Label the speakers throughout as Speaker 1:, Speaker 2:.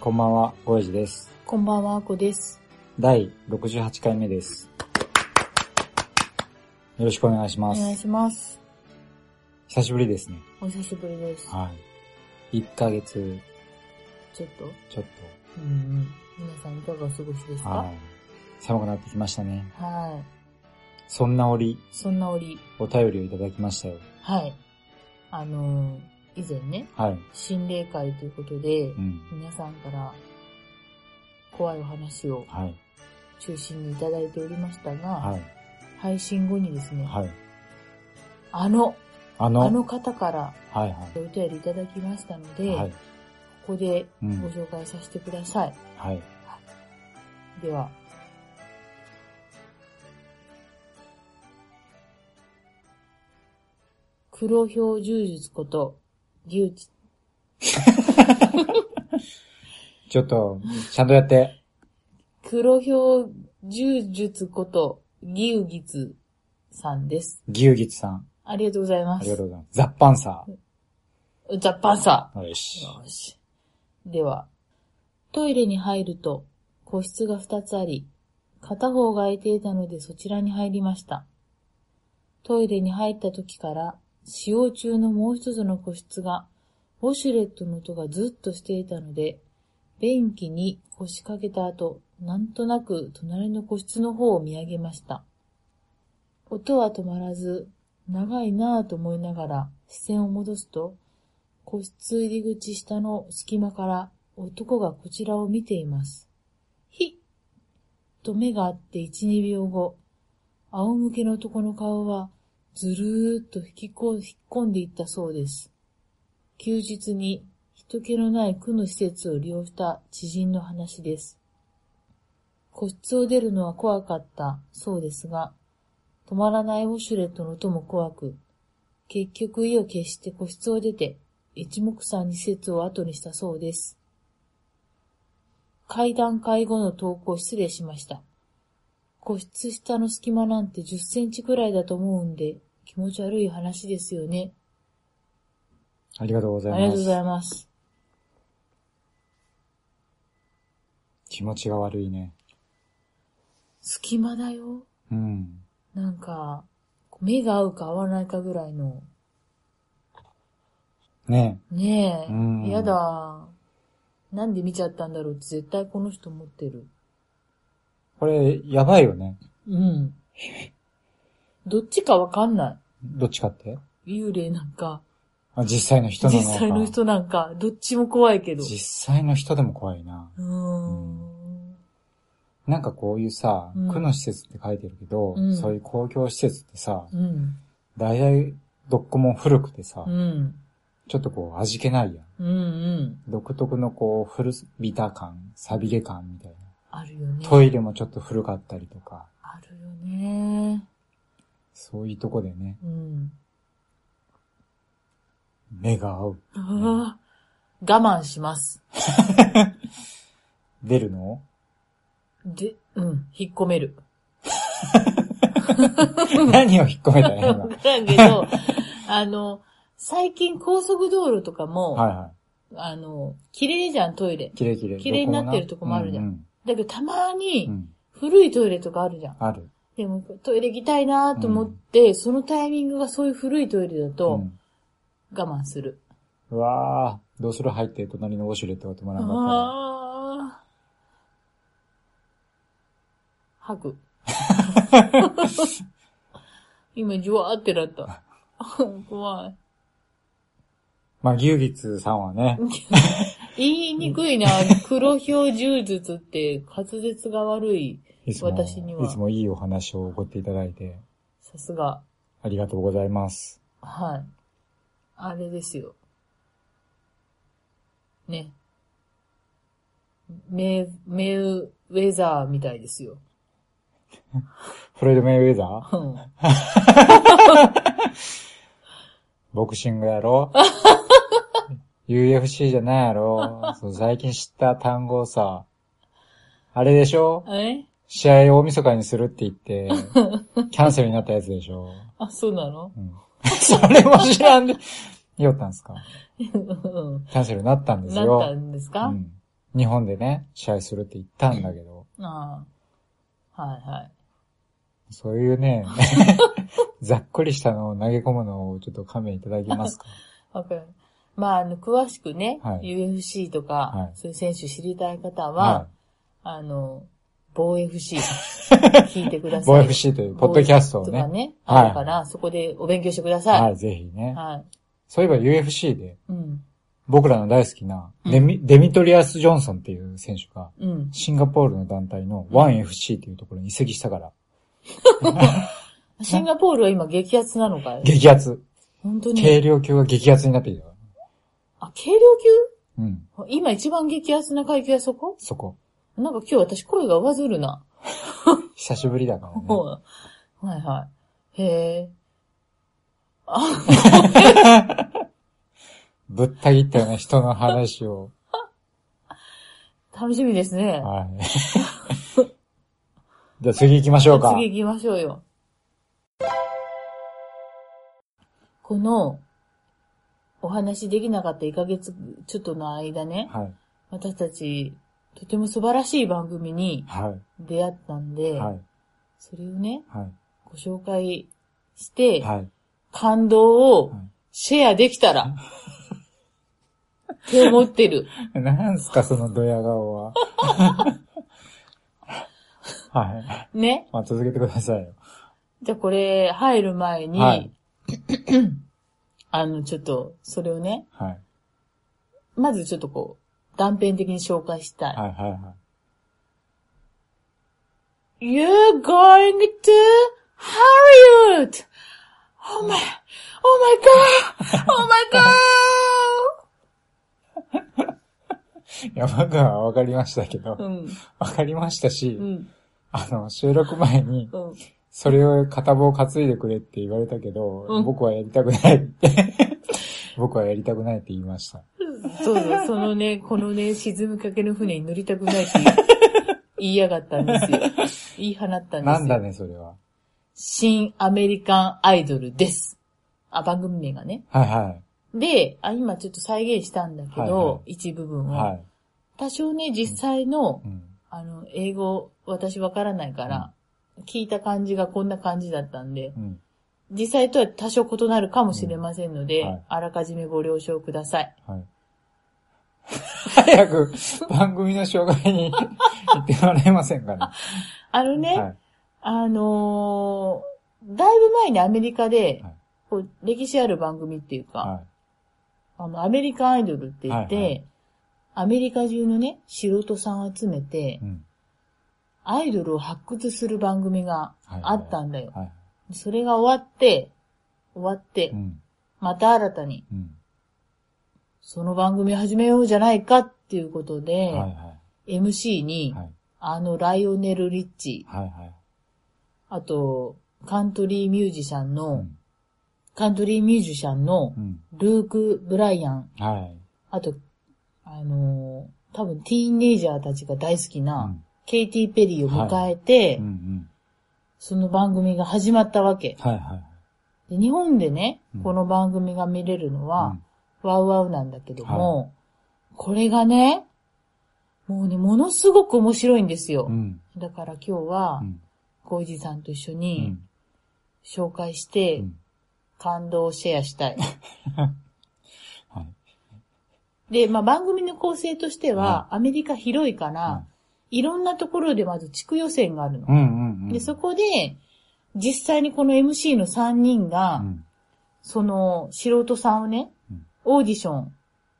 Speaker 1: こんばんは、ゴエジです。
Speaker 2: こんばんはあこです
Speaker 1: 第68回目です。よろしくお願いし
Speaker 2: お
Speaker 1: ます。
Speaker 2: 願いします
Speaker 1: 久しぶりですね。
Speaker 2: お久しぶりです
Speaker 1: はい。1ヶ月
Speaker 2: ちょっと
Speaker 1: ちょっ
Speaker 2: うん皆さんいかがお過ごしですか
Speaker 1: と、はい。寒くなってきましたね。
Speaker 2: はい
Speaker 1: そんな折、
Speaker 2: そんな折
Speaker 1: お便りをいただきましたよ。
Speaker 2: はいあの以前ね
Speaker 1: はい。
Speaker 2: 心霊会ということで、
Speaker 1: うん。
Speaker 2: 皆さんから怖いお話を
Speaker 1: はい。
Speaker 2: 中心にいただいておりましたが、
Speaker 1: はい。
Speaker 2: 配信後にですね、
Speaker 1: はい。
Speaker 2: あの、
Speaker 1: あの、
Speaker 2: あの方から
Speaker 1: はいは
Speaker 2: お便りいただきましたの
Speaker 1: い。
Speaker 2: で、
Speaker 1: はい。
Speaker 2: ここでご
Speaker 1: うん。
Speaker 2: 紹介させてください。
Speaker 1: はい。
Speaker 2: では、黒ひょう柔術こと、牛地、
Speaker 1: ちょっと、ちゃんとやって。
Speaker 2: 黒ひょう柔術こと、牛月さんです。
Speaker 1: 牛ギツさん。
Speaker 2: ありがとうございま
Speaker 1: あ
Speaker 2: す。
Speaker 1: りがとうございます。ザッパンサ
Speaker 2: ザッパンサ
Speaker 1: ー。よし。
Speaker 2: ー。よし。では、トイレに入ると、個室が2つあり、片方が空いていたのでそちらに入りました。トイレに入った時から、使用中のもう一つの個室が、ウォシュレットの音がずっとしていたので、便器に腰掛けた後、なんとなく隣の個室の方を見上げました。音は止まらず、長いなぁと思いながら視線を戻すと、個室入り口下の隙間から男がこちらを見ています。ひっと目があって1、2秒後、仰向けの男の顔はずるーっと引きこ引っ込んでいったそうです。休日に人気のない区の施設を利用した知人の話です。個室を出るのは怖かったそうですが、止まらないウォシュレットの音も怖く、結局意を決して個室を出て、一目散に施設を後にしたそうです。階段会後の投稿失礼しました。個室下の隙間なんて10センチくらいだと思うんで、気持ち悪い話ですよね。
Speaker 1: ありがとうござ
Speaker 2: あ
Speaker 1: い
Speaker 2: り
Speaker 1: ます。
Speaker 2: がとうございます。
Speaker 1: 気持ちが悪いね。
Speaker 2: 隙間だよ。
Speaker 1: うん。
Speaker 2: なんか、目が合うか合わないかぐらいの。
Speaker 1: ね
Speaker 2: ね
Speaker 1: うん
Speaker 2: え、やだ。なんで見ちゃったんだろうって絶対この人思ってる。
Speaker 1: え。これ、やばいよね。
Speaker 2: うん。 どっちかわかんな
Speaker 1: どっちかって
Speaker 2: い。幽霊なんか、
Speaker 1: あ実際の人なの
Speaker 2: 実
Speaker 1: か。
Speaker 2: 際の人なんか、どっちも怖いけど。
Speaker 1: 実際の人でも怖いな。
Speaker 2: うーん。
Speaker 1: なんかこういうさ、
Speaker 2: うん
Speaker 1: 区の施設って書いてるけど、
Speaker 2: うん
Speaker 1: そういう公共施設ってさ、
Speaker 2: うん。
Speaker 1: 大体どっこも古くてさ、
Speaker 2: うん。
Speaker 1: ちょっとこう味気ないや
Speaker 2: う
Speaker 1: ん。
Speaker 2: んうん。
Speaker 1: 独特のこう古びた感、錆びれ感みたいな。
Speaker 2: あるよね。
Speaker 1: トイレもちょっと古かったりとか、
Speaker 2: あるよね。
Speaker 1: そういうとこでね、
Speaker 2: うん。
Speaker 1: 目が合う。
Speaker 2: ああ。我慢します。
Speaker 1: 出るの
Speaker 2: で、うん。引っ込める。
Speaker 1: 何を引っ込めたの今
Speaker 2: わ。からんけど、あの、最近高速道路とかも、
Speaker 1: はいは
Speaker 2: あの、綺麗じゃん、トイレ
Speaker 1: い。。綺麗綺麗。
Speaker 2: 綺麗になってるとこもあるじゃん
Speaker 1: う
Speaker 2: だけどたま
Speaker 1: うんう
Speaker 2: に、
Speaker 1: ん。
Speaker 2: 古いトイレとかあるじゃん。
Speaker 1: ある。
Speaker 2: でも、トイレ行きたいなと思って、そのタイミングがそういう古いトイレだ
Speaker 1: う
Speaker 2: と、
Speaker 1: ん
Speaker 2: 我慢する。
Speaker 1: うわー、どうする入って隣のウォシュレットが止まらなかったら。
Speaker 2: ああ。吐 く。今、ジュワーってな った。怖い。
Speaker 1: まあ、牛月さんはね、
Speaker 2: 言いにく いな。黒ひょう柔術って滑舌が悪い。
Speaker 1: いつも、
Speaker 2: 私にはい
Speaker 1: つもいいお話を送っていただいて、
Speaker 2: さすが。
Speaker 1: ありがとうございます。
Speaker 2: はい。あれですよ。ね。メイ、メイウェザーみたいですよ。
Speaker 1: フロイド・メイウェザー
Speaker 2: うん。
Speaker 1: ボクシングや ろ ?UFC じゃないやろそう最近知った単語をさ、あれでしょ
Speaker 2: え
Speaker 1: 試合を大晦日にするって言って、キャンセルになったやつでしょ、
Speaker 2: あ、そうな の
Speaker 1: うん、それも知らんで、よったんですか
Speaker 2: うん
Speaker 1: キャンセルになったんです
Speaker 2: な
Speaker 1: よ。
Speaker 2: ったんですか、
Speaker 1: うん。日本でね、試合するって言ったんだけど、
Speaker 2: ああはいはい。
Speaker 1: そういう ね、ざっくりしたのを投げ込むのをちょっと勘弁いただけます か
Speaker 2: わかる。まあ、あの、詳しくね、
Speaker 1: はい
Speaker 2: UFC とか、
Speaker 1: はい
Speaker 2: そういう選手知りたい方は、
Speaker 1: は
Speaker 2: あの、防 FC、聞い てくだ
Speaker 1: い。
Speaker 2: さい。
Speaker 1: ボ FC というポッドキャストを
Speaker 2: とか
Speaker 1: ね。
Speaker 2: ね、
Speaker 1: はい
Speaker 2: あるから、そこでお勉強してください。
Speaker 1: は
Speaker 2: はい。
Speaker 1: い、ぜひね。そういえば UFC で、
Speaker 2: うん。
Speaker 1: 僕らの大好きな
Speaker 2: うん
Speaker 1: デミ、デミトリアス・ジョンソンっていう選手が、
Speaker 2: うん。
Speaker 1: シンガポールの団体の 1FC っていうところに移籍したから、
Speaker 2: シンガポールは今激アツなのかい
Speaker 1: 激アツ。
Speaker 2: 本当に。
Speaker 1: 軽量級が激アツになってきたか
Speaker 2: あ、軽量
Speaker 1: ら。うん、
Speaker 2: 級今一番激アツな階級はそこ
Speaker 1: そこ。
Speaker 2: なんか今日私声が上ずるな。
Speaker 1: 久しぶりだからね。
Speaker 2: もう はいはい。へえ。
Speaker 1: ぶった切ったよね、人の話を。
Speaker 2: 楽しみですね。
Speaker 1: はい。 じゃあ次行きましょうか。
Speaker 2: 次行きましょうよ。この、お話できなかった1ヶ月ちょっとの間ね、
Speaker 1: はい。
Speaker 2: 私たち、とても素晴らしい番組に
Speaker 1: は
Speaker 2: 出会ったんで、
Speaker 1: い。はい。
Speaker 2: それをね、
Speaker 1: は
Speaker 2: ご紹介し
Speaker 1: い。
Speaker 2: て、
Speaker 1: はい。
Speaker 2: 感動を
Speaker 1: はい
Speaker 2: シェアできたら、って思ってる。
Speaker 1: なんすか、そのドヤ顔は。 はい。
Speaker 2: ね。
Speaker 1: まあ、続けてくださいよ。
Speaker 2: じゃあこれ入る前に、
Speaker 1: はい
Speaker 2: あの、ちょっと、それをね、
Speaker 1: はい。
Speaker 2: まずちょっとこう、断片的に紹介したい。
Speaker 1: はい、はい、は
Speaker 2: You're going to Harriet! Oh my, oh my god! Oh my god!
Speaker 1: い。いや、僕はわかりましたけど、
Speaker 2: うん、
Speaker 1: わ、かりましたし、
Speaker 2: うん、
Speaker 1: あの、収録前に、
Speaker 2: うん。
Speaker 1: それを片棒担いでくれって言われたけど、
Speaker 2: うん
Speaker 1: 僕はやりたくないって、 僕はやりたくないって言いました。
Speaker 2: そうそう、その ね、このね、沈むかけの船に乗りたくないって言いやがったんです よ。言い放ったんですよ。
Speaker 1: なんだね、それは。
Speaker 2: 新アメリカンアイドルです。あ、番組名がね。
Speaker 1: はい、は
Speaker 2: で、あ今ちょっと再現したんだけど、
Speaker 1: はいは
Speaker 2: 一部分
Speaker 1: い。
Speaker 2: を。
Speaker 1: はい。
Speaker 2: 多少ね、実際の、
Speaker 1: うん
Speaker 2: あの、英語、私わからないから、聞いた感じがこんな感じだったんで、
Speaker 1: うん。
Speaker 2: 実際とは多少異なるかもしれませんので、
Speaker 1: うんはい
Speaker 2: あらかじめご了承ください。
Speaker 1: はい。早く番組の紹介に 行ってもらえませんかね。
Speaker 2: あのね、
Speaker 1: はい。
Speaker 2: あのーだいぶ前にアメリカで、
Speaker 1: はい
Speaker 2: こう歴史ある番組っていうか、
Speaker 1: は
Speaker 2: あの、アメリカンアイドルって言って、
Speaker 1: はいはい
Speaker 2: アメリカ中のね、素人さんを集めて
Speaker 1: い。う、ん。
Speaker 2: アイドルを発掘する番組があったんだよ。
Speaker 1: はい。
Speaker 2: それが終わって、終わって、
Speaker 1: うん。
Speaker 2: また新たに、
Speaker 1: うん。
Speaker 2: その番組始めようじゃないかっていうことで、
Speaker 1: はいは
Speaker 2: MC
Speaker 1: い。
Speaker 2: に、
Speaker 1: はい。
Speaker 2: あの、ライオネル・リッチ、
Speaker 1: はいはい。
Speaker 2: あと、カントリーミュージシャンの、
Speaker 1: うん。
Speaker 2: カントリーミュージシャンの
Speaker 1: う、ん。
Speaker 2: ルーク・ブライアン、
Speaker 1: はい。
Speaker 2: あと、あのー多分ティーンネイジャーたちが大好きな、ケイティ・ペリーを迎えて、
Speaker 1: うん。うんうん。
Speaker 2: その番組が始まったわけ。
Speaker 1: はいはい。
Speaker 2: で日本でね、
Speaker 1: うん
Speaker 2: この番組が見れるのは、ワウワウなんだけども、
Speaker 1: は
Speaker 2: これがね、もうね、ものすごく面白いんですよ。
Speaker 1: うん。うん。
Speaker 2: だから今日は
Speaker 1: う、ん。
Speaker 2: ゴイジさんと一緒
Speaker 1: う
Speaker 2: に
Speaker 1: ん。
Speaker 2: 紹介し
Speaker 1: う
Speaker 2: て、
Speaker 1: ん
Speaker 2: 感動をシェアしたい。
Speaker 1: はい。
Speaker 2: で、まあ、番組の構成としては
Speaker 1: は、
Speaker 2: アメリカ広いから、いろんなところでまず地区予選があるの
Speaker 1: う。んうんうん。
Speaker 2: で、そこで、実際にこの MC の3人が、
Speaker 1: うん。
Speaker 2: その、素人さんをね
Speaker 1: うん、
Speaker 2: オーディション、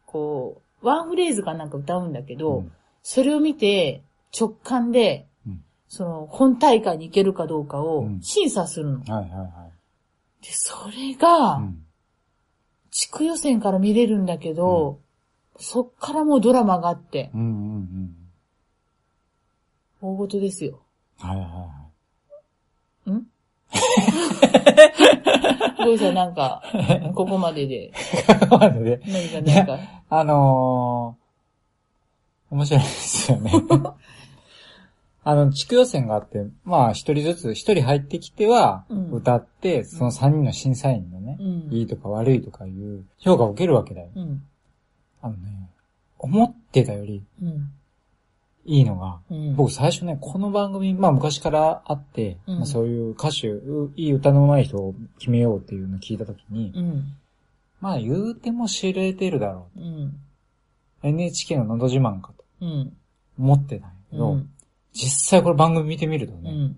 Speaker 2: こう、ワンフレーズかなんか歌うんだけど、
Speaker 1: うん
Speaker 2: それを見て、直感で、
Speaker 1: うん
Speaker 2: その、本大会に行けるかどうかを
Speaker 1: うん
Speaker 2: 審査するの。で、
Speaker 1: はいはいはい。
Speaker 2: それが、
Speaker 1: うん
Speaker 2: 地区予選から見れるんだけど、そっからもうドラマがあって、
Speaker 1: うんうんうん。
Speaker 2: 大事ですよ。
Speaker 1: はいはいは
Speaker 2: んどうしたなん か、ここ までで、
Speaker 1: い。なので、
Speaker 2: 何かなんか、
Speaker 1: あのー、面白いですよ ね。あの、地区予選があって、まあ一人ずつ、一人入ってきては
Speaker 2: うん
Speaker 1: 歌って、その三人の審査員のね
Speaker 2: う、ん。
Speaker 1: いいとか悪いとかいう評価を受けるわけだよ。
Speaker 2: うん。
Speaker 1: あのね、思ってたより
Speaker 2: うん。
Speaker 1: いいのが、
Speaker 2: うん。
Speaker 1: 僕最初ね、この番組、まあ昔からあって、
Speaker 2: うん
Speaker 1: まあそういう歌手、ういい歌の上手い人を決めようっていうのを聞いたときに、
Speaker 2: うん。
Speaker 1: まあ言うても知れてるだろ
Speaker 2: うん。
Speaker 1: う。NHK ののど自慢かと
Speaker 2: うん。
Speaker 1: 思ってたんやけ
Speaker 2: う
Speaker 1: ど、
Speaker 2: ん。
Speaker 1: 実際これ番組見てみると
Speaker 2: う
Speaker 1: ね、
Speaker 2: ん。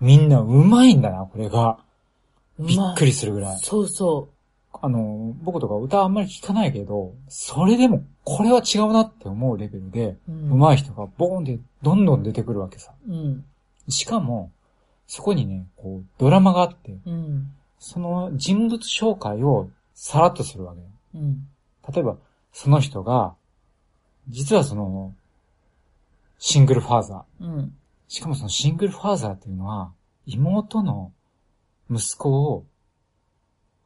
Speaker 1: みんな上手いんだな、これが。びっく
Speaker 2: り。
Speaker 1: りするぐらい。
Speaker 2: そうそ
Speaker 1: あの、僕とか歌あんまり聞かないけど、それでもこれは違うなって思うレベルで、
Speaker 2: う。うん。
Speaker 1: 上手い人がボーンってどんどん出てくるわけさ。
Speaker 2: うん。
Speaker 1: しかも、そこにね、こう、ドラマがあって、
Speaker 2: うん。
Speaker 1: その人物紹介をさらっとするわけよ。
Speaker 2: うん。
Speaker 1: 例えば、その人が、実はその、シングルファーザー。
Speaker 2: うん。
Speaker 1: しかもそのシングルファーザーっていうのは、妹の息子を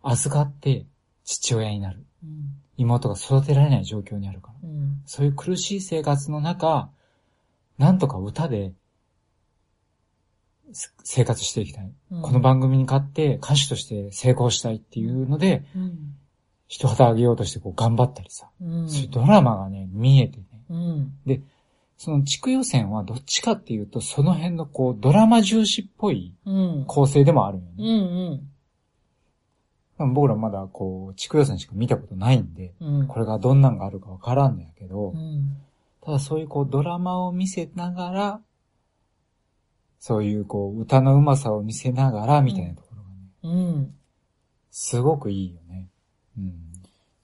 Speaker 1: 預かって父親になる。
Speaker 2: うん。
Speaker 1: 妹が育てられない状況にあるから。
Speaker 2: うん。
Speaker 1: そういう苦しい生活の中、なんとか歌で、す生活していきたい。
Speaker 2: うん
Speaker 1: この、番組に勝って歌手として成功したいっていうので、
Speaker 2: うん。
Speaker 1: 人肌上げようとしてこう頑張ったりさ。
Speaker 2: うん。
Speaker 1: そういうドラマがね、見えてね。
Speaker 2: うん。
Speaker 1: その地区予選はどっちかっていうと、その辺のこう、ドラマ重視っぽい
Speaker 2: うん。
Speaker 1: 構成でもあるよ
Speaker 2: う
Speaker 1: ね。
Speaker 2: ん。
Speaker 1: でも僕らまだこう、地区予選しか見たことないんで、
Speaker 2: うん。
Speaker 1: これがどんなんがあるかわからんのやけど
Speaker 2: う、ん。
Speaker 1: ただそういうこう、ドラマを見せながら、そういうこう、歌の上手さを見せながら、みたいなところがね、
Speaker 2: うん。
Speaker 1: すごくいいよね。うん。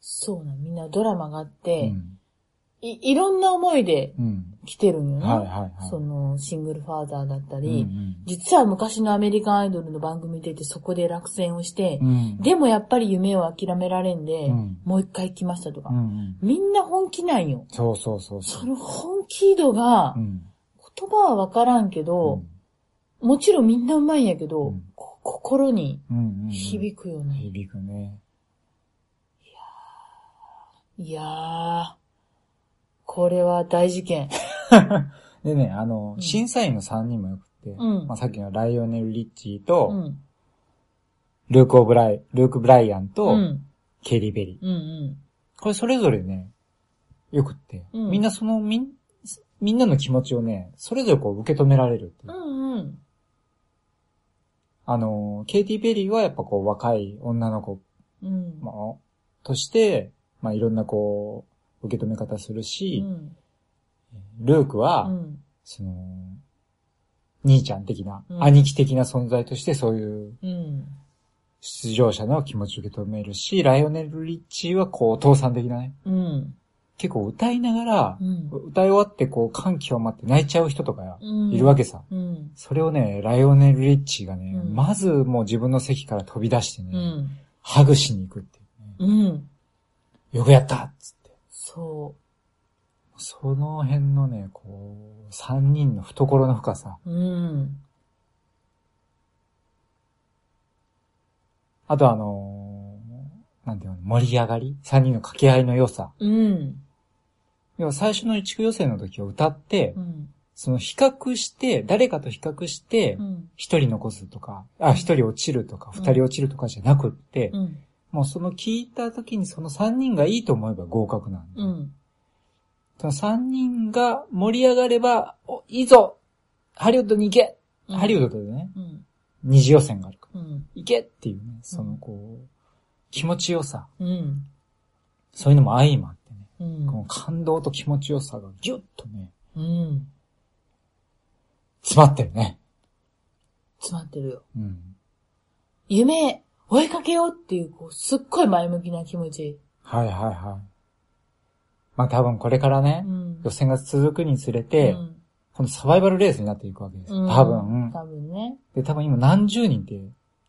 Speaker 2: そうな、みんなドラマがあっ
Speaker 1: う
Speaker 2: て、
Speaker 1: ん。
Speaker 2: い、いろんな思いで
Speaker 1: うん。
Speaker 2: 来てるんよね。
Speaker 1: はいはいはい。
Speaker 2: その、シングルファーザーだった
Speaker 1: うん
Speaker 2: り、実は昔のアメリカンアイドルの番組出てそこで落選をして
Speaker 1: う、ん。
Speaker 2: でもやっぱり夢を諦められんで、
Speaker 1: うん
Speaker 2: もう一回来ましたとか、
Speaker 1: うんうん。
Speaker 2: みんな本気なんよ。
Speaker 1: そうそうそうそ。
Speaker 2: そうの本気度が、
Speaker 1: うん。
Speaker 2: 言葉はわからんけど、もちろんみんなうまいんやけど、
Speaker 1: うん
Speaker 2: こ心に
Speaker 1: うんうんうん。
Speaker 2: 響くよ
Speaker 1: く。
Speaker 2: ね。
Speaker 1: 響くね。
Speaker 2: いやー、これは大事件。
Speaker 1: でね、あの、
Speaker 2: うん
Speaker 1: 審査員の3人もよくて、
Speaker 2: うん
Speaker 1: まあ、さっきのライオネル・リッチー
Speaker 2: う
Speaker 1: と、
Speaker 2: ん。
Speaker 1: ルーク・オブライ、ルーク・ブライアン
Speaker 2: う
Speaker 1: と、
Speaker 2: ん。
Speaker 1: ケリー・ベリー。
Speaker 2: うんうん。
Speaker 1: これそれぞれね、よくって、
Speaker 2: うん
Speaker 1: みんなその、みん、みんなの気持ちをね、それぞれこう受け止められるっていうう。
Speaker 2: んうん。
Speaker 1: あの、ケイティ・ベリーはやっぱこう若い女の子、
Speaker 2: うん。
Speaker 1: まあ、として、まあいろんなこう、受け止め方する
Speaker 2: う
Speaker 1: し、
Speaker 2: ん。
Speaker 1: ルークは、
Speaker 2: うん。
Speaker 1: その、兄ちゃん的な、
Speaker 2: うん
Speaker 1: 兄貴的な存在としてそういう
Speaker 2: うん。
Speaker 1: 出場者の気持ちを受け止めるし、ライオネル・リッチーはこう、お父さん的なね、
Speaker 2: うん。
Speaker 1: 結構歌いながら
Speaker 2: う、ん。
Speaker 1: 歌い終わってこう、感極まって泣いちゃう人とかが
Speaker 2: うん。
Speaker 1: いるわけさ。
Speaker 2: うん。
Speaker 1: それをね、ライオネル・リッチーがね、
Speaker 2: うん
Speaker 1: まずもう自分の席から飛び出してね、
Speaker 2: うん。
Speaker 1: ハグしに行くっていうね、
Speaker 2: うん。
Speaker 1: よくやったっつって。
Speaker 2: そ
Speaker 1: その辺のね、こう、三人の懐の深さ。
Speaker 2: う。うん。
Speaker 1: あとあのーなんていうの、盛り上がり三人の掛け合いの良さ。
Speaker 2: うん。
Speaker 1: 要は最初の一区予選の時を歌って、
Speaker 2: うん。
Speaker 1: その比較して、誰かと比較して
Speaker 2: う、ん。
Speaker 1: 一人残すとか、あ、一人落ちるとか、二人落ちるとかじゃなくって、
Speaker 2: うん。
Speaker 1: もうその聞いた時にその三人がいいと思えば合格なんで、
Speaker 2: うん。
Speaker 1: その三人が盛り上がれば、お、いいぞハリウッドに行け、ハリウッドでね、
Speaker 2: うん。
Speaker 1: 二次予選があるから、
Speaker 2: うん。
Speaker 1: 行けっていうね、そのこう、気持ちよさ、
Speaker 2: うん。
Speaker 1: そういうのも相まってね、
Speaker 2: うん。
Speaker 1: この感動と気持ちよさがギュッとね、
Speaker 2: うん。
Speaker 1: 詰まってるね。
Speaker 2: 詰まってるよ。
Speaker 1: うん。
Speaker 2: 夢、追いかけようっていう、こう、すっごい前向きな気持ち。
Speaker 1: はいはいはい。まあ多分これからね、
Speaker 2: うん。
Speaker 1: 予選が続くにつれて、
Speaker 2: うん
Speaker 1: このサバイバルレースになっていくわけです。
Speaker 2: うん
Speaker 1: 多分。
Speaker 2: 多分ね。
Speaker 1: で、多分今何十人って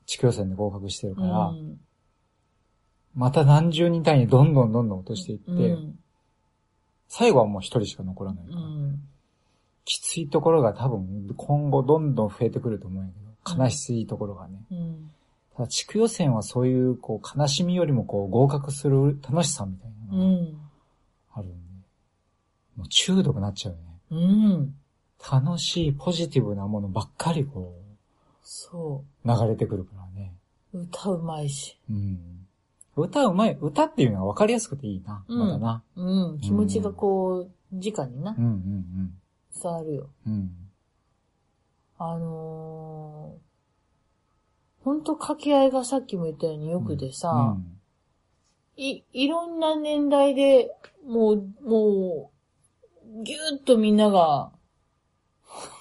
Speaker 1: 地区予選で合格してる
Speaker 2: う
Speaker 1: から、
Speaker 2: ん。
Speaker 1: また何十人単位でどんどんどんどん落としていって、
Speaker 2: うん。
Speaker 1: 最後はもう一人しか残らないか
Speaker 2: う
Speaker 1: ら、
Speaker 2: ん。
Speaker 1: きついところが多分今後どんどん増えてくると思うんやけど、悲しいところがね。
Speaker 2: うん。
Speaker 1: ただ地区予選はそういうこう悲しみよりもこう合格する楽しさみたいうなのが
Speaker 2: ん。
Speaker 1: あるんで、もう中毒になっちゃうよね。
Speaker 2: うん。
Speaker 1: 楽しい、ポジティブなものばっかりこ、
Speaker 2: そう
Speaker 1: 流れてくるからね。
Speaker 2: う。歌うまいし。
Speaker 1: うん。歌うまい、歌っていうのは分かりやすくていいな。
Speaker 2: うん
Speaker 1: まだな。
Speaker 2: うん。気持ちがこう、直にな
Speaker 1: う、んうん
Speaker 2: 伝わるよ。
Speaker 1: うん。うん。
Speaker 2: あのー、ほんと掛け合いがさっきも言ったようによくでさ、
Speaker 1: うん
Speaker 2: い、いろんな年代で、もう、もう、ぎゅーっとみんなが、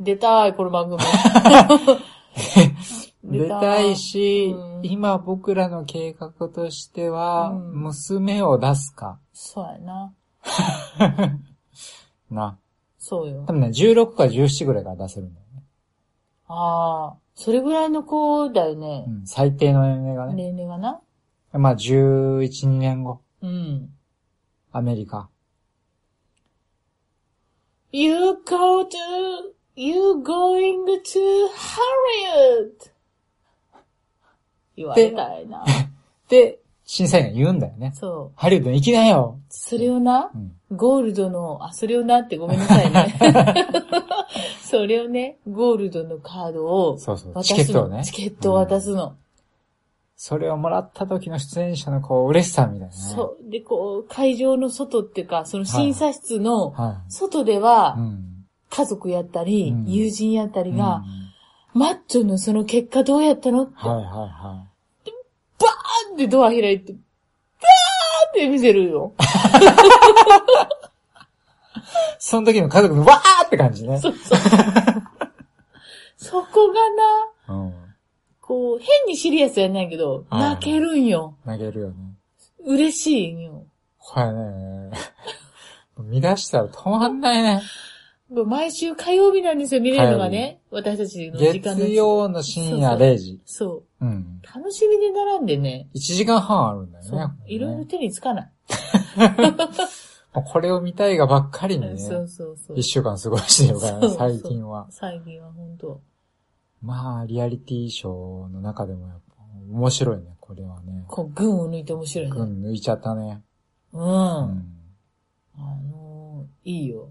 Speaker 2: 出たい、この番組。
Speaker 1: 出たいし、
Speaker 2: うん
Speaker 1: 今僕らの計画としては、
Speaker 2: うん
Speaker 1: 娘を出すか
Speaker 2: そうやな。
Speaker 1: な。
Speaker 2: そうよ
Speaker 1: 多。分ね、16か17ぐらいから出せるんだよね。
Speaker 2: ああ、それぐらいの子だよね
Speaker 1: う。ん、最低の年齢がね。
Speaker 2: 年齢がな。
Speaker 1: まあ、11、2年後、
Speaker 2: うん。
Speaker 1: アメリカ。
Speaker 2: You go to, you going to Harriet! 言われたいな。
Speaker 1: で、審査員が言うんだよね。
Speaker 2: そう。
Speaker 1: ハリウッドに行きなよ
Speaker 2: それをな、
Speaker 1: うん。
Speaker 2: ゴールドの、あ、それをなってごめんなさい ね。それをね、ゴールドのカードを
Speaker 1: そうそう。
Speaker 2: 渡
Speaker 1: チ
Speaker 2: すの
Speaker 1: ケットをね。
Speaker 2: チケットを渡す
Speaker 1: うん
Speaker 2: の。
Speaker 1: それをもらった時の出演者のこう、嬉しさみたいなね。
Speaker 2: そう。で、こう、会場の外っていうか、その審査室の
Speaker 1: は
Speaker 2: 外で
Speaker 1: い。う
Speaker 2: は、
Speaker 1: ん。
Speaker 2: 家族やったり、
Speaker 1: うん
Speaker 2: 友人やったりが
Speaker 1: う、ん
Speaker 2: マッチョのその結果どうやったのって、
Speaker 1: はいはいは
Speaker 2: パンってドア開いて、バーって見せるよ。
Speaker 1: い。その時の家族のわーって感じね。
Speaker 2: そうそう。そこがな、
Speaker 1: うん。
Speaker 2: こう、変にシリアスやんないけど、
Speaker 1: はい
Speaker 2: 泣けるんよ。
Speaker 1: 投げるよね。
Speaker 2: 嬉しいんよ。
Speaker 1: これね、 見出したら止まんないね。
Speaker 2: 毎週火曜日なんですよ、見れるのがね。私たちの時間の
Speaker 1: 月曜の深夜0時。
Speaker 2: そう。
Speaker 1: うん。
Speaker 2: 楽しみで並んでね。
Speaker 1: 1時間半あるんだよね
Speaker 2: そう。
Speaker 1: こ。れね
Speaker 2: いろいろ手につかない。
Speaker 1: もうこれを見たいがばっかりにね、
Speaker 2: そうそうそう
Speaker 1: 1。週間過ごしてるからね、
Speaker 2: そう
Speaker 1: 最近は。
Speaker 2: 最近は本当
Speaker 1: まあ、リアリティショーの中でもやっぱ面白いね、これはね。
Speaker 2: こう、群を抜いて面白いね。うん。
Speaker 1: 群抜いちゃったね。う
Speaker 2: あ
Speaker 1: ん。
Speaker 2: のー、いいよ。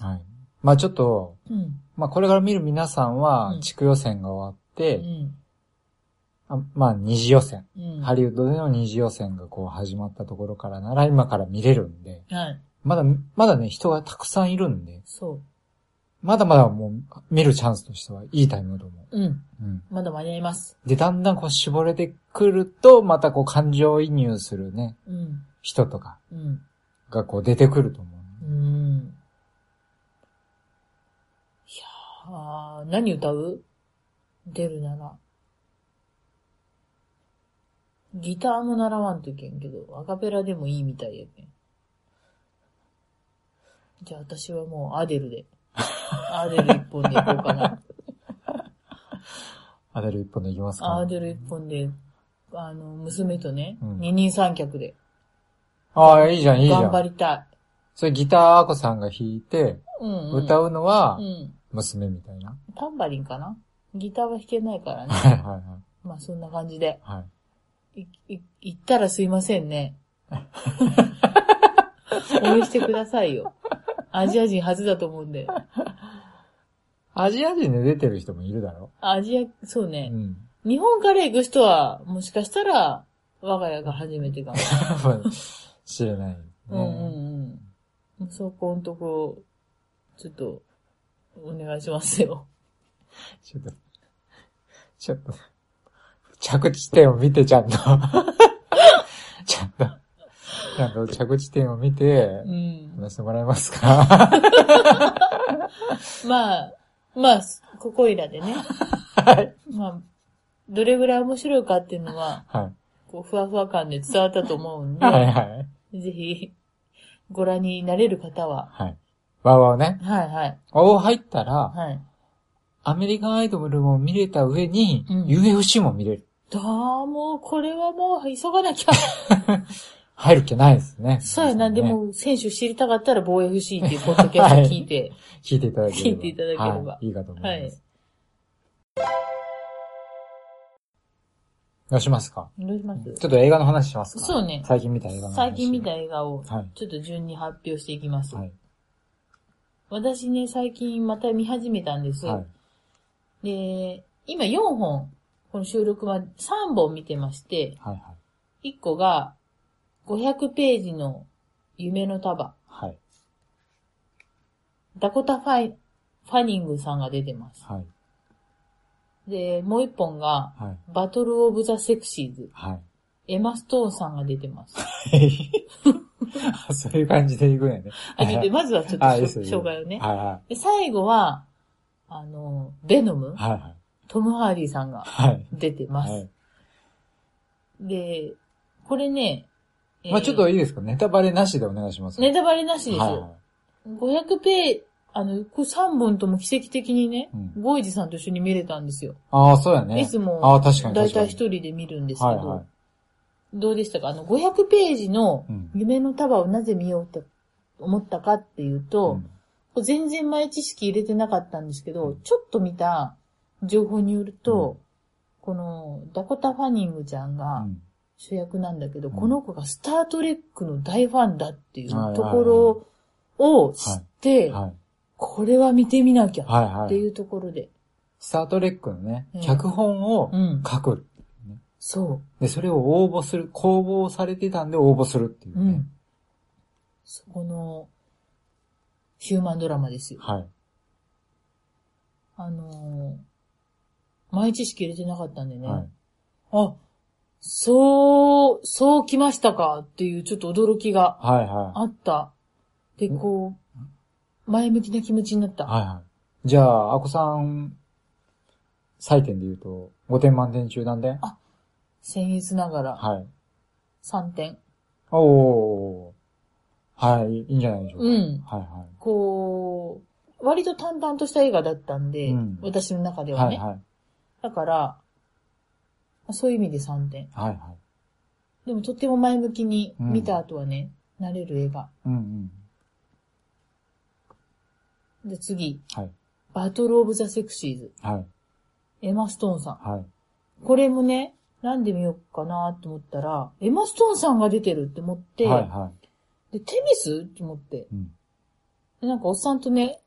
Speaker 1: はい。まあちょっと、
Speaker 2: うん。
Speaker 1: まあこれから見る皆さん
Speaker 2: う
Speaker 1: は
Speaker 2: ん、
Speaker 1: 地区予選が終わっ
Speaker 2: う
Speaker 1: て、
Speaker 2: ん。
Speaker 1: あまあ二次予選、
Speaker 2: うん。
Speaker 1: ハリウッドでの二次予選がこう始まったところからなら今から見れるんで、
Speaker 2: はい。
Speaker 1: まだ、まだね、人がたくさんいるんで、
Speaker 2: そ
Speaker 1: まだまだもう見るチャンスとしてはいいタイムだと思
Speaker 2: う。うん。
Speaker 1: う。うん。
Speaker 2: まだ間に合います。
Speaker 1: で、だんだんこう絞れてくると、またこう感情移入するね、
Speaker 2: うん。
Speaker 1: 人とか
Speaker 2: うん。
Speaker 1: がこう出てくると思う。
Speaker 2: うん。いやー、何歌う出るなら。ギターも習わんといけんけど、アカペラでもいいみたいやけん。じゃあ私はもうアデル で。アデル一本でいこうかな。
Speaker 1: アデル一本でいきますか
Speaker 2: アデル一本で、あの、娘とね、
Speaker 1: うん
Speaker 2: 二人三脚で。
Speaker 1: ああ、いいじゃん、いいじゃ
Speaker 2: 頑張
Speaker 1: ん。
Speaker 2: りた
Speaker 1: それギターアコさんが弾いて、
Speaker 2: い。うん、うん。
Speaker 1: 歌
Speaker 2: う
Speaker 1: うのは
Speaker 2: う、ん。
Speaker 1: 娘みたい な。
Speaker 2: タンバリンかなギターは弾けないからね。
Speaker 1: はいはいはい。
Speaker 2: まあそんな感じで。
Speaker 1: はい。
Speaker 2: い、い、言ったらすいません ね。応援してくださいよ。アジア人初だと思うんで。
Speaker 1: アジア人で出てる人もいるだろ
Speaker 2: アジア、そう
Speaker 1: う
Speaker 2: ね。
Speaker 1: ん。
Speaker 2: 日本から行く人は、もしかしたら、我が家が初めてかも。
Speaker 1: 知れない、ね。
Speaker 2: うんうんうん。そこんとこ、ちょっと、お願いしますよ。
Speaker 1: ちょっと、ちょっと、着地点を見てちゃんと。 ちゃんと、ちゃんと着地点を見て、
Speaker 2: うん。
Speaker 1: 話してもらえますか
Speaker 2: まあ、まあ、ここいらでね。
Speaker 1: はい。
Speaker 2: まあ、どれぐらい面白いかっていうのは、
Speaker 1: はい。
Speaker 2: こう、ふわふわ感で伝わったと思うんで。
Speaker 1: はいは い。
Speaker 2: ぜひ、ご覧になれる方は。
Speaker 1: はい。わーわーね。
Speaker 2: はいはい。
Speaker 1: お入ったら、
Speaker 2: はい。
Speaker 1: アメリカンアイドルも見れた上に、
Speaker 2: うん
Speaker 1: UFC も見れる。
Speaker 2: だーもう、これはもう、急がなきゃ。
Speaker 1: 入る気ないですね。
Speaker 2: そうやな、
Speaker 1: ね
Speaker 2: で。も、選手知りたかったら、防衛 FC っていうポッドキャストを聞いて。
Speaker 1: 聞いていただければ。
Speaker 2: 聞いていただければ
Speaker 1: はい、いいかと思います。
Speaker 2: はい
Speaker 1: どうしますか
Speaker 2: どうします
Speaker 1: ちょっと映画の話しますか
Speaker 2: そうね
Speaker 1: 最近見た映画の話。
Speaker 2: 最近見た
Speaker 1: い。
Speaker 2: 映画を、
Speaker 1: はい
Speaker 2: ちょっと順に発表していきます。
Speaker 1: はい。
Speaker 2: 私ね、最近また見始めたんです。
Speaker 1: はい。
Speaker 2: で、今4本、この収録は3本見てまして、
Speaker 1: はい。
Speaker 2: 1個が500ページの夢の束。
Speaker 1: はい。
Speaker 2: ダコタファイ、ファニングさんが出てます。
Speaker 1: はい。
Speaker 2: で、もう1本が
Speaker 1: はい。
Speaker 2: バトルオブザセクシーズ。
Speaker 1: はい。
Speaker 2: エマストーンさんが出て ます。
Speaker 1: あそういう感じでいくんやね。
Speaker 2: あ、ちょっとまずはちょっと
Speaker 1: あいいですよいいです
Speaker 2: 紹介をね。
Speaker 1: はいは
Speaker 2: で、最後は、あの、ベノム
Speaker 1: い。、はいはい。
Speaker 2: トム・ハーリーさんが
Speaker 1: はい。
Speaker 2: 出てます。
Speaker 1: はい。
Speaker 2: で、これね、えー
Speaker 1: まあちょっといいですかネタバレなしでお願いします。
Speaker 2: ネタバレなしです。
Speaker 1: はいはい。
Speaker 2: 500ページ、あの、これ3本とも奇跡的にね、
Speaker 1: うん
Speaker 2: ゴイジさんと一緒に見れたんですよ。
Speaker 1: ああ、そうやね。
Speaker 2: いつ
Speaker 1: あ
Speaker 2: も、
Speaker 1: あ、確かに確か
Speaker 2: だ
Speaker 1: に。
Speaker 2: いたい一人で見るんですけど、
Speaker 1: はいはい。
Speaker 2: どうでしたかあの、500ページの
Speaker 1: うん
Speaker 2: 夢の束をなぜ見ようと思ったかっていうと、
Speaker 1: うん
Speaker 2: これ全然前知識入れてなかったんですけど、
Speaker 1: うん
Speaker 2: ちょっと見た情報によると、このダコタ・ファニングちゃんが
Speaker 1: うん
Speaker 2: 主役なんだけど、
Speaker 1: うん
Speaker 2: この子がスタートレックの大ファンだっていう
Speaker 1: はいはいはい
Speaker 2: ところを知って、
Speaker 1: はい。
Speaker 2: これは見てみなきゃっ
Speaker 1: はいは
Speaker 2: て
Speaker 1: い。
Speaker 2: いうところで。
Speaker 1: スタートレックのね
Speaker 2: うん、
Speaker 1: 脚本を
Speaker 2: うん。
Speaker 1: 書く。
Speaker 2: そ。
Speaker 1: で、それを応募する、公募されてたんで応募するっていうう
Speaker 2: う
Speaker 1: ね
Speaker 2: ん。。そこの、ヒューマンドラマですよ。
Speaker 1: はい。
Speaker 2: あのー前知識入れてなかったんでね。
Speaker 1: はい。
Speaker 2: あ、そう、そう来ましたかっていうちょっと驚きが
Speaker 1: はいは
Speaker 2: あった。で、こう、前向きな気持ちになっ
Speaker 1: い。
Speaker 2: た。
Speaker 1: はいはい。じゃあ、アコさん、採点で言うと、5点満点中何点
Speaker 2: あ僭越ながら
Speaker 1: はい。
Speaker 2: 3点。
Speaker 1: おー。はい、いいんじゃないでしょうか。
Speaker 2: うん
Speaker 1: は
Speaker 2: こう、割と淡々とした映画だったんで、
Speaker 1: うん
Speaker 2: 私の中で
Speaker 1: い
Speaker 2: は
Speaker 1: はい。はい
Speaker 2: ね。
Speaker 1: はい。
Speaker 2: だから、そういう意味で3点。
Speaker 1: はいはい。
Speaker 2: でもとっても前向きに
Speaker 1: うん
Speaker 2: 見た後はね、慣れる映画。
Speaker 1: うんうん。
Speaker 2: で、次、
Speaker 1: はい。
Speaker 2: バトルオブザセクシーズ。
Speaker 1: はい。
Speaker 2: エマ・ストーンさん。
Speaker 1: はい。
Speaker 2: これもね、なんで見ようかなと思ったら、エマ・ストーンさんが出てるって思って、
Speaker 1: はいは
Speaker 2: で、テニスって思って。
Speaker 1: い。 うん。
Speaker 2: でなんかおっさんとね、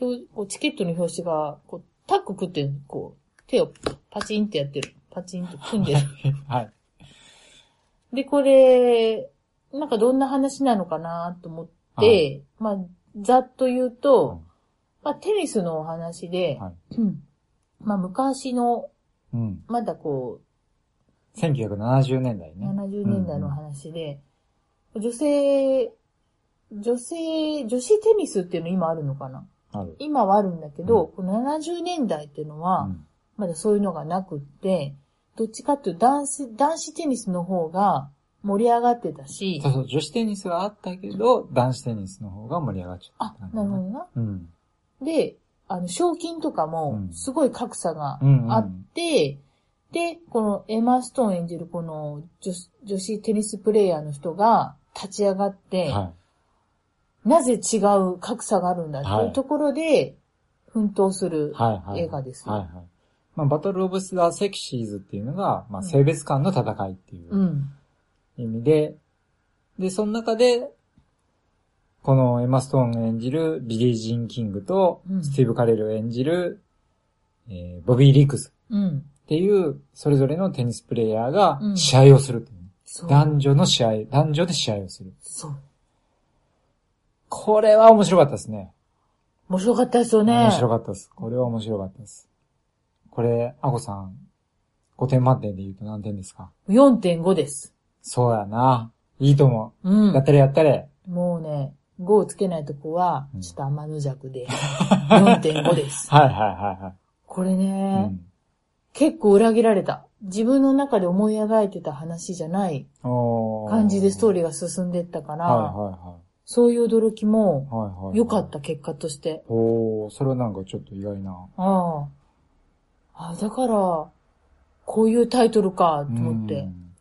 Speaker 2: 表こうチケットの表紙が、こう、タック食ってるこう、手をパチンってやってる。パチンと組んでる。
Speaker 1: はい。
Speaker 2: で、これ、なんかどんな話なのかなと思って、
Speaker 1: はい
Speaker 2: まあ、ざっと言うと、
Speaker 1: はい
Speaker 2: まあ、テニスのお話で、
Speaker 1: はい
Speaker 2: うん まあ、昔の、
Speaker 1: うん。
Speaker 2: まだこう、
Speaker 1: 1970年代ね。
Speaker 2: 70年代の話で、女性、女性、女子テニスっていうの今あるのかな
Speaker 1: ある。
Speaker 2: 今はあるんだけど、この70年代っていうのは、
Speaker 1: うん
Speaker 2: まだそういうのがなくって、どっちかっていうと男子、男子テニスの方が盛り上がってたし
Speaker 1: そ、うそう、女子テニスはあったけど、男子テニスの方が盛り上がっちゃ
Speaker 2: あ
Speaker 1: った。、
Speaker 2: なるほどな。
Speaker 1: うん。
Speaker 2: で、あの、賞金とかも
Speaker 1: う、ん
Speaker 2: すごい格差が
Speaker 1: うんうん
Speaker 2: あって、で、このエマ・ストーン演じるこの女子女子テニスプレイヤーの人が立ち上がって、
Speaker 1: は
Speaker 2: なぜ違う格差があるんだっていうところで、奮闘す
Speaker 1: い。
Speaker 2: る
Speaker 1: はいはい。
Speaker 2: 映画ですよ。。
Speaker 1: はいはい。まあ、バトルオブスターセクシーズっていうのが、まあ、性別間の戦いっていううん意味で、で、その中で、このエマ・ストーンが演じるビリー・ジン・キングと
Speaker 2: う、ん
Speaker 1: スティーブ・カレルを演じる、えーボビー・リックス
Speaker 2: うん。
Speaker 1: っていう、それぞれのテニスプレイヤーが
Speaker 2: うん
Speaker 1: 試合をするっていう、
Speaker 2: そう。
Speaker 1: 男女の試合、男女で試合をする。
Speaker 2: そう。
Speaker 1: これは面白かったですね。
Speaker 2: 面白かったですよね。
Speaker 1: 面白かったです。これは面白かったです。これ、アコさん、5点満点で言うと何点ですか
Speaker 2: 4.5です。
Speaker 1: そうやな。いいと思
Speaker 2: う
Speaker 1: う。やっ
Speaker 2: ん。
Speaker 1: たれやったれ。
Speaker 2: もうね、5をつけないとこは
Speaker 1: う、ん
Speaker 2: ちょっと天の弱で、4.5です。
Speaker 1: はいはいは
Speaker 2: これ
Speaker 1: いはい。う
Speaker 2: ね、
Speaker 1: ん
Speaker 2: 結構裏切られた。自分の中で思い描いてた話じゃない
Speaker 1: お
Speaker 2: 感じでストー
Speaker 1: リ
Speaker 2: リーが進んでったから、
Speaker 1: はいは
Speaker 2: そういう驚き
Speaker 1: い
Speaker 2: も
Speaker 1: はい。はいはい。
Speaker 2: 良かっ。た結果として。
Speaker 1: おー、それはなんかちょっと意外な。
Speaker 2: ああ。あ、だから、こういうタイトルか、と思って
Speaker 1: う。ん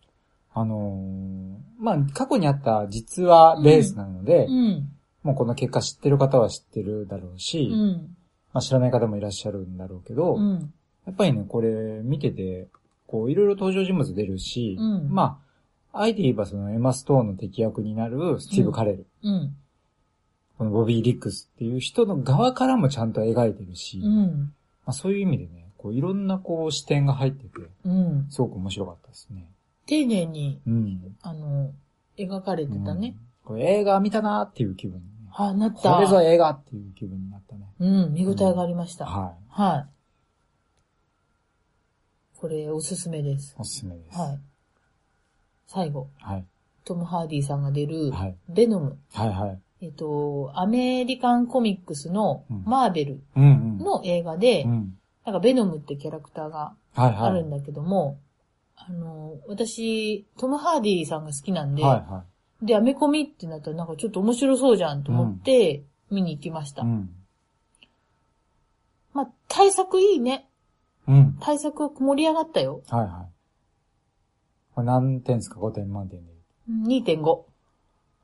Speaker 1: あのー、まあ、過去にあった実はベースなので、
Speaker 2: うん。
Speaker 1: もうこの結果知ってる方は知ってるだろうし、
Speaker 2: うん。
Speaker 1: まあ知らない方もいらっしゃるんだろうけど、
Speaker 2: うん。
Speaker 1: やっぱりね、これ見てて、こう、いろいろ登場人物出るし、
Speaker 2: うん
Speaker 1: まあ、あえて言えばそのエマ・ストーンの敵役になるスティーブ・カレル、
Speaker 2: うん。
Speaker 1: このボビー・リックスっていう人の側からもちゃんと描いてるし、
Speaker 2: う
Speaker 1: ま
Speaker 2: ん。
Speaker 1: あ、そういう意味でね、こう、いろんなこう視点が入ってて、
Speaker 2: うん。
Speaker 1: すごく面白かったですね。
Speaker 2: 丁寧に、
Speaker 1: うん。
Speaker 2: あの、描かれてたね。
Speaker 1: うん。これ映画見たなーっていう気分、ね。
Speaker 2: あ、なった。
Speaker 1: これぞ映画っていう気分になったね。
Speaker 2: うん、見応えがありました。
Speaker 1: は
Speaker 2: はい。これ、おすすめです
Speaker 1: い。。おすすめです。
Speaker 2: はい。最後、
Speaker 1: はい。
Speaker 2: トム・ハーディさんが出る、
Speaker 1: はい。
Speaker 2: ベノム。
Speaker 1: はいはい。
Speaker 2: えっと、アメリカンコミックスの
Speaker 1: うん
Speaker 2: マーベル
Speaker 1: うんうん。
Speaker 2: の映画で、
Speaker 1: うん。
Speaker 2: なんかベノムってキャラクターが
Speaker 1: はいはい。
Speaker 2: あるんだけども、あの、私、トム・ハーディさんが好きなんで、
Speaker 1: はいは
Speaker 2: で、アメコミってなったらなんかちょっと面白そうじゃんと思って、見に行きました。
Speaker 1: い。うん。
Speaker 2: まあ、対策いいね。
Speaker 1: うん。
Speaker 2: 対策は盛り上がったよ。
Speaker 1: はいはい。これ何点ですか ?5 点満点で。
Speaker 2: 2.5。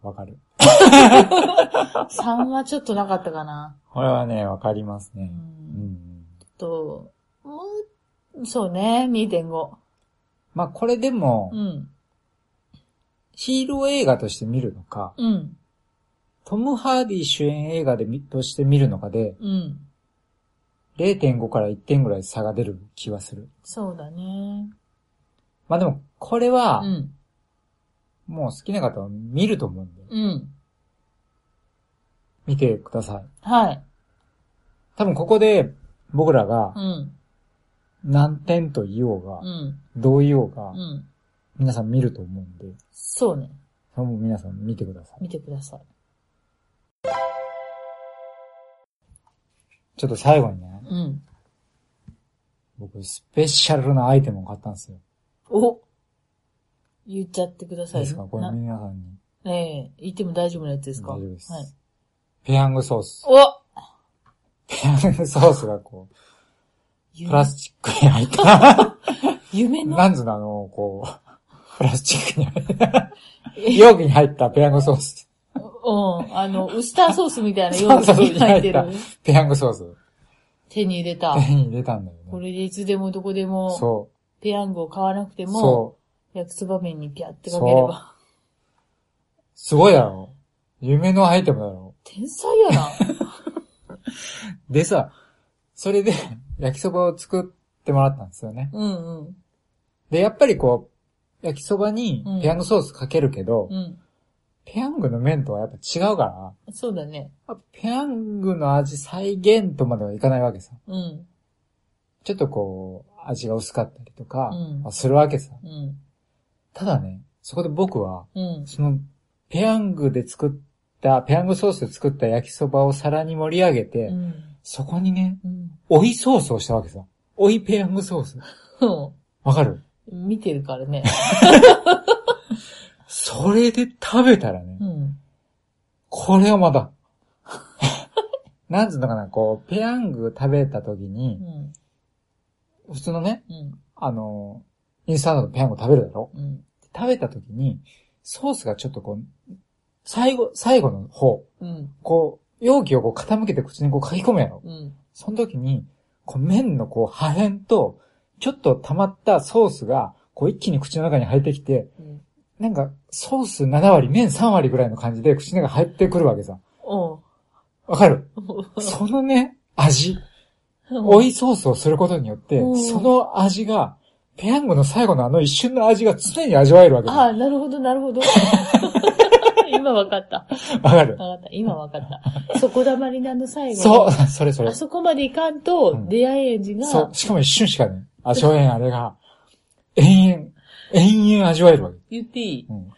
Speaker 1: わかる。
Speaker 2: 3はちょっとなかったかな。
Speaker 1: これはね、わかります
Speaker 2: う。
Speaker 1: ね。うんん。
Speaker 2: と、もう、そうね、2.5。
Speaker 1: まあこれでも
Speaker 2: う、ん。
Speaker 1: ヒーロー映画として見るのか、
Speaker 2: うん。
Speaker 1: トム・ハーディ主演映画で見として見るのかで、
Speaker 2: うん。
Speaker 1: 0.5から1点ぐらい差が出る気はする。
Speaker 2: そうだね。
Speaker 1: まあでも、これは
Speaker 2: う、ん。
Speaker 1: もう好きな方は見ると思うんで、
Speaker 2: うん。
Speaker 1: 見てください。
Speaker 2: はい。
Speaker 1: 多分ここで、僕らが
Speaker 2: う、ん。
Speaker 1: 何点と言おうが
Speaker 2: う、ん。
Speaker 1: どう言おうが
Speaker 2: う、ん。
Speaker 1: 皆さん見ると思うんで、
Speaker 2: そうね。
Speaker 1: それはもう皆さん見てください。
Speaker 2: 見てください。
Speaker 1: ちょっと最後にね、
Speaker 2: うん。
Speaker 1: 僕、スペシャルなアイテムを買ったんですよ。
Speaker 2: お言っちゃってくだ
Speaker 1: い
Speaker 2: さ
Speaker 1: い
Speaker 2: い。
Speaker 1: ですかこれ
Speaker 2: な
Speaker 1: 皆さんに。
Speaker 2: ええ言っても大丈夫なやつですか
Speaker 1: 大丈夫です。
Speaker 2: はい。
Speaker 1: ペヤングソース。
Speaker 2: お
Speaker 1: ペヤングソースがこう、プラスチックに入った。
Speaker 2: 夢の、
Speaker 1: なんつうのあの、こう、プラスチックに入った。容器に入ったペヤングソース。
Speaker 2: うん。あの、ウスターソースみたいな
Speaker 1: そ
Speaker 2: 容
Speaker 1: う
Speaker 2: 器
Speaker 1: そうそう
Speaker 2: に入ってる
Speaker 1: 入。ペヤングソース。
Speaker 2: 手に入れた。
Speaker 1: 手に入れたんだよ
Speaker 2: こ
Speaker 1: ね。
Speaker 2: れでいつでもどこでも。
Speaker 1: そ
Speaker 2: ペヤングを買わなくて
Speaker 1: う。
Speaker 2: も、
Speaker 1: そう。
Speaker 2: 焼きそば麺にピャってかければ。
Speaker 1: すごいだろ。夢のアイテムだろ。
Speaker 2: 天才やな。
Speaker 1: でさ、それで焼きそばを作ってもらったんですよね。
Speaker 2: うんうん。
Speaker 1: で、やっぱりこう、焼きそばにペヤングソースかけるけど、
Speaker 2: うん。
Speaker 1: ペヤングの麺とはやっぱ違うから、
Speaker 2: そうだね。
Speaker 1: まあペヤングの味再現とまではいかないわけさ。
Speaker 2: うん。
Speaker 1: ちょっとこう、味が薄かったりとか
Speaker 2: うん、
Speaker 1: まあするわけさ。
Speaker 2: うん。
Speaker 1: ただね、そこで僕は、
Speaker 2: うん。
Speaker 1: その、ペヤングで作った、ペヤングソースで作った焼きそばを皿に盛り上げて、
Speaker 2: うん。
Speaker 1: そこにね、
Speaker 2: うん。
Speaker 1: 追いソースをしたわけさ。追いペヤングソース。
Speaker 2: そ
Speaker 1: わかる
Speaker 2: う見てるからね。
Speaker 1: それで食べたらね、
Speaker 2: うん。
Speaker 1: これはまだ。なんつうのかな、こう、ペヤング食べた時
Speaker 2: う
Speaker 1: に、
Speaker 2: ん。
Speaker 1: 普通のね、
Speaker 2: うん。
Speaker 1: あの、インスタントのペヤング食べるだろ
Speaker 2: うん。
Speaker 1: 食べた時に、ソースがちょっとこう、最後、最後の方、
Speaker 2: うん。
Speaker 1: こう、容器をこう傾けて口にこう書き込むやろ
Speaker 2: うん。
Speaker 1: その時に、こう麺のこう破片と、ちょっと溜まったソースが、こう一気に口の中に入ってきて、
Speaker 2: うん。
Speaker 1: なんか、ソース7割、麺3割ぐらいの感じで口の中入ってくるわけさ。
Speaker 2: おう。
Speaker 1: わかるそのね、味。追いソースをすることによって
Speaker 2: うん、
Speaker 1: その味が、ペヤングの最後のあの一瞬の味が常に味わえるわけ
Speaker 2: あ
Speaker 1: だ。
Speaker 2: あ、なるほど、なるほど。今わかった。
Speaker 1: わかる
Speaker 2: わかった。今わかった。そこだまりなの最後に。
Speaker 1: そう、それそれ
Speaker 2: あ。そこまでいかんと、
Speaker 1: うん
Speaker 2: 出会い味が、
Speaker 1: そう、しかも一瞬しかね、味わえんあれが、延々、延々味わえるわけ。
Speaker 2: 言っていい
Speaker 1: うん、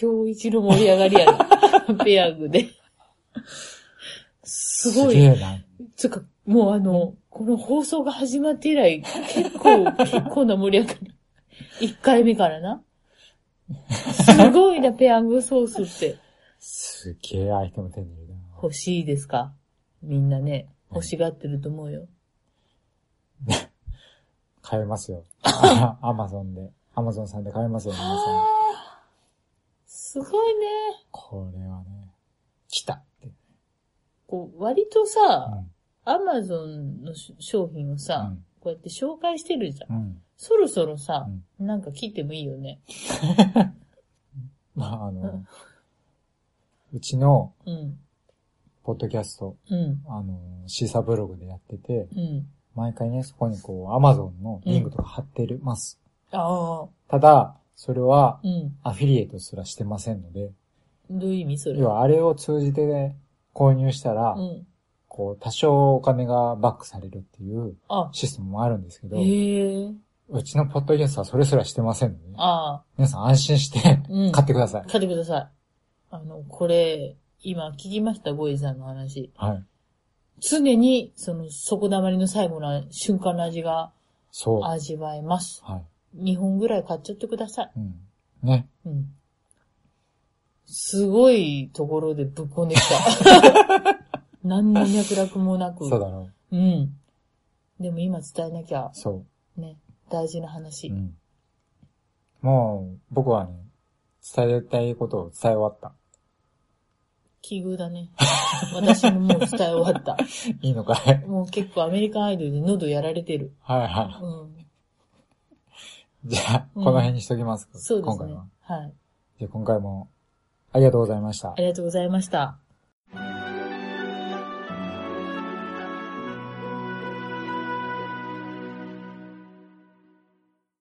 Speaker 2: 今日一の盛り上がりや な。ペヤングで。すご
Speaker 1: すげ
Speaker 2: い。
Speaker 1: えな。
Speaker 2: つうか、もうあの、この放送が始まって以来、結構、結構な盛り上がり。1回目からな。すごいな、ペヤングソースって。
Speaker 1: すげえアイテム手に入れたな。
Speaker 2: 欲しいですかみんなね、欲しがってると思うよ。
Speaker 1: 買え ますよ。アマゾンで。アマゾンさんで買えますよ、皆さん。
Speaker 2: すごいね。
Speaker 1: これはね、来たって。
Speaker 2: こう、割と
Speaker 1: う
Speaker 2: さ、
Speaker 1: ん。
Speaker 2: アマゾンのし商品をさ、
Speaker 1: うん
Speaker 2: こうやって紹介してるじゃん。
Speaker 1: うん。
Speaker 2: そろそろさ、なんか切ってもいいよね。
Speaker 1: まあ、あ
Speaker 2: う
Speaker 1: の
Speaker 2: ん、
Speaker 1: うちの、
Speaker 2: うん。
Speaker 1: ポッドキャスト、
Speaker 2: うん。
Speaker 1: あの、シーサーブログでやってて、
Speaker 2: うん。
Speaker 1: 毎回ね、そこにこう、アマゾンのリンクとか貼ってるます。
Speaker 2: ああ。
Speaker 1: ただ、それは、
Speaker 2: うん。
Speaker 1: アフィリエイトすらしてませんので、
Speaker 2: どういう意味それ。
Speaker 1: 要はあれを通じてね、購入したら、
Speaker 2: うん。
Speaker 1: こう、多少お金がバックされるっていう
Speaker 2: あ、
Speaker 1: システムもあるんですけど、
Speaker 2: へえ。
Speaker 1: うちのポッドキャストはそれすらしてませんので、
Speaker 2: あ
Speaker 1: 皆さん安心して
Speaker 2: あ。うん。
Speaker 1: 買ってください。
Speaker 2: 買ってください。あの、これ、今聞きました、ゴイさんの話。
Speaker 1: はい。
Speaker 2: 常に、その、底溜まりの最後の瞬間の味が
Speaker 1: そう。は
Speaker 2: 味わえます。
Speaker 1: い。
Speaker 2: 2本ぐらい買っちゃってください。
Speaker 1: うん。ね。
Speaker 2: うん。すごいところでぶっこんでき た。何の脈絡もなく。
Speaker 1: そうだろ
Speaker 2: うん。でも今伝えなきゃ
Speaker 1: う。、そ
Speaker 2: ね、大事な
Speaker 1: う。
Speaker 2: 話。
Speaker 1: うん。もう、僕はね、伝えたいことを伝え終わった。
Speaker 2: 奇遇だね。私ももう伝え終わった。
Speaker 1: いいのかい
Speaker 2: もう結構アメリカンアイドルで喉やられてる。
Speaker 1: はいうは
Speaker 2: ん。
Speaker 1: い。じゃあ、
Speaker 2: うん
Speaker 1: この辺にしときますか。
Speaker 2: そうです
Speaker 1: 今
Speaker 2: ね
Speaker 1: 回は。。
Speaker 2: はい。
Speaker 1: じゃあ、今回も、ありがとうございました
Speaker 2: あ。りがとうございました。